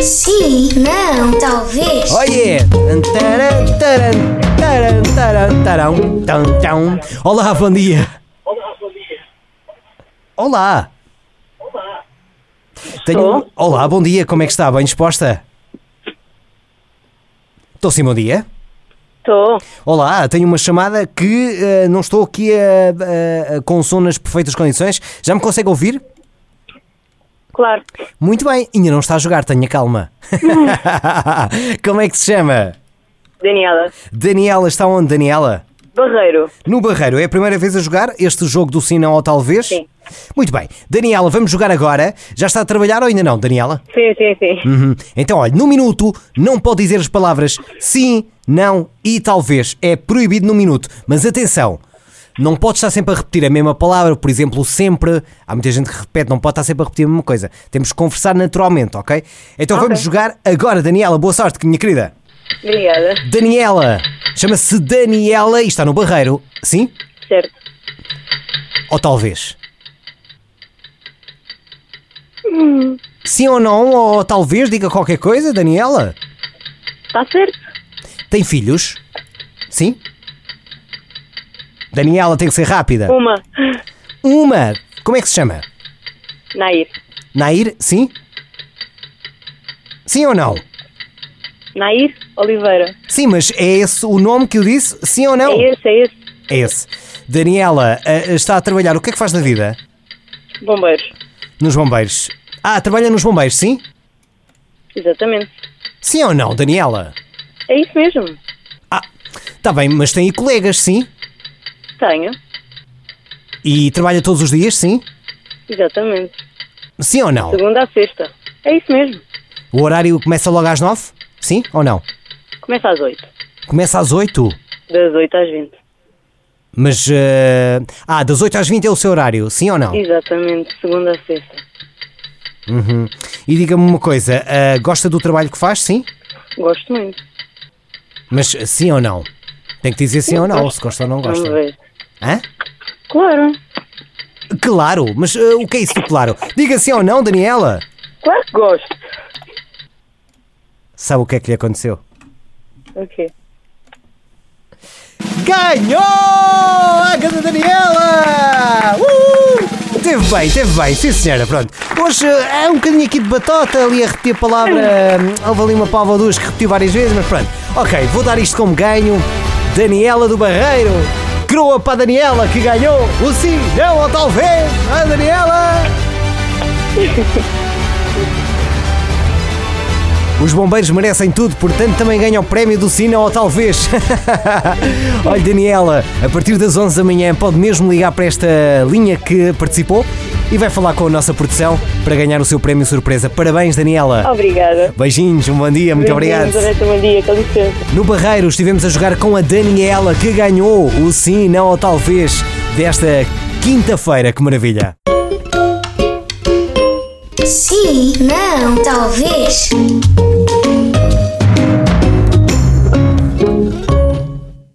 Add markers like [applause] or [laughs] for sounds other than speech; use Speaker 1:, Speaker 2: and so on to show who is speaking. Speaker 1: Sim, não, talvez.
Speaker 2: Oiê! Tantaran, taran, taran, taran, tarão, tan, tão. Olá, bom dia! Olá! Tenho... um- Olá, bom dia, como é que está? Bem disposta? Estou sim, bom dia.
Speaker 3: Estou.
Speaker 2: Olá, tenho uma chamada que eh, não estou aqui a- a- a- com som nas perfeitas condições. Já me consegue ouvir?
Speaker 3: Claro.
Speaker 2: Muito bem, ainda não está a jogar, tenha calma. [laughs] Como é que se chama?
Speaker 3: Daniela.
Speaker 2: Daniela, está onde, Daniela?
Speaker 3: Barreiro.
Speaker 2: No Barreiro, é a primeira vez a jogar este jogo do Sim Não ou Talvez?
Speaker 3: Sim.
Speaker 2: Muito bem, Daniela, vamos jogar agora. Já está a trabalhar ou ainda não, Daniela?
Speaker 3: Sim, sim, sim.
Speaker 2: Uhum. Então, olha, no minuto não pode dizer as palavras sim, não e talvez. É proibido no minuto. Mas atenção, não pode estar sempre a repetir a mesma palavra, por exemplo, sempre. Há muita gente que repete, não pode estar sempre a repetir a mesma coisa. Temos que conversar naturalmente, ok? Então vamos jogar agora, Daniela. Boa sorte, minha querida.
Speaker 3: Obrigada.
Speaker 2: Daniela, chama-se Daniela e está no barreiro. Sim?
Speaker 3: Certo.
Speaker 2: Ou talvez?
Speaker 3: Hum.
Speaker 2: Sim ou não? Ou talvez diga qualquer coisa, Daniela?
Speaker 3: Está Tá certo?
Speaker 2: Tem filhos? Sim? Daniela tem que ser rápida.
Speaker 3: Uma.
Speaker 2: Uma! Como é que se chama?
Speaker 3: Nair.
Speaker 2: Nair? Sim? Sim ou não?
Speaker 3: Nair Oliveira.
Speaker 2: Sim, mas é esse o nome que eu disse? Sim ou não?
Speaker 3: É esse, é esse.
Speaker 2: É esse. Daniela ah, ah, está a trabalhar. O que é que faz na vida?
Speaker 3: Bombeiros.
Speaker 2: Nos bombeiros. Ah, trabalha nos bombeiros, sim?
Speaker 3: Exatamente.
Speaker 2: Sim ou não, Daniela?
Speaker 3: É isso mesmo.
Speaker 2: Ah, está bem, mas tem aí colegas, sim?
Speaker 3: Tenho.
Speaker 2: E trabalha todos os dias, sim?
Speaker 3: Exatamente.
Speaker 2: Sim ou não?
Speaker 3: Segunda a sexta. É isso mesmo.
Speaker 2: O horário começa logo às nove? Sim ou não?
Speaker 3: Começa às oito.
Speaker 2: Começa às 8,
Speaker 3: Das oito às vinte.
Speaker 2: mas. eh, ah, das 8 às 20 é o seu horário, sim ou não?
Speaker 3: Exatamente. Segunda a sexta.
Speaker 2: Uhum. E diga-me uma coisa: eh, gosta do trabalho que faz, sim?
Speaker 3: Gosto muito.
Speaker 2: Mas eh, sim ou não? Tem que dizer sim ou não, se gosta ou não
Speaker 3: Vamos
Speaker 2: gosta.
Speaker 3: ver.
Speaker 2: Hã?
Speaker 3: Claro.
Speaker 2: Claro, mas eh, o que é isso do claro? Diga sim ou não, Daniela!
Speaker 3: Claro que gosto.
Speaker 2: Sabe o que é que lhe aconteceu?
Speaker 3: Ok.
Speaker 2: Ganhou! A grande Daniela! Uh! Teve bem, teve bem, sim senhora, pronto. Hoje eh, é um bocadinho aqui de batota, ali a repetir a palavra. hum, Houve ali uma palma ou duas que repetiu várias vezes, mas pronto. Ok, vou dar isto como ganho. Daniela do Barreiro. Croa para a Daniela que ganhou o sim, não ou talvez. A Daniela! Os bombeiros merecem tudo, portanto também ganham o prémio do Sina ou talvez. [laughs] Olha, Daniela, a partir das 11 da manhã pode mesmo ligar para esta linha que participou e vai falar com a nossa produção para ganhar o seu prémio surpresa. Parabéns, Daniela.
Speaker 3: Obrigada.
Speaker 2: Beijinhos, um bom dia, muito obrigado.
Speaker 3: Beijinhos, Até um dia. Com licença.
Speaker 2: No Barreiro estivemos a jogar com a Daniela que ganhou o Sim, Não ou Talvez desta quinta-feira. Que maravilha!
Speaker 1: Sim, não, talvez.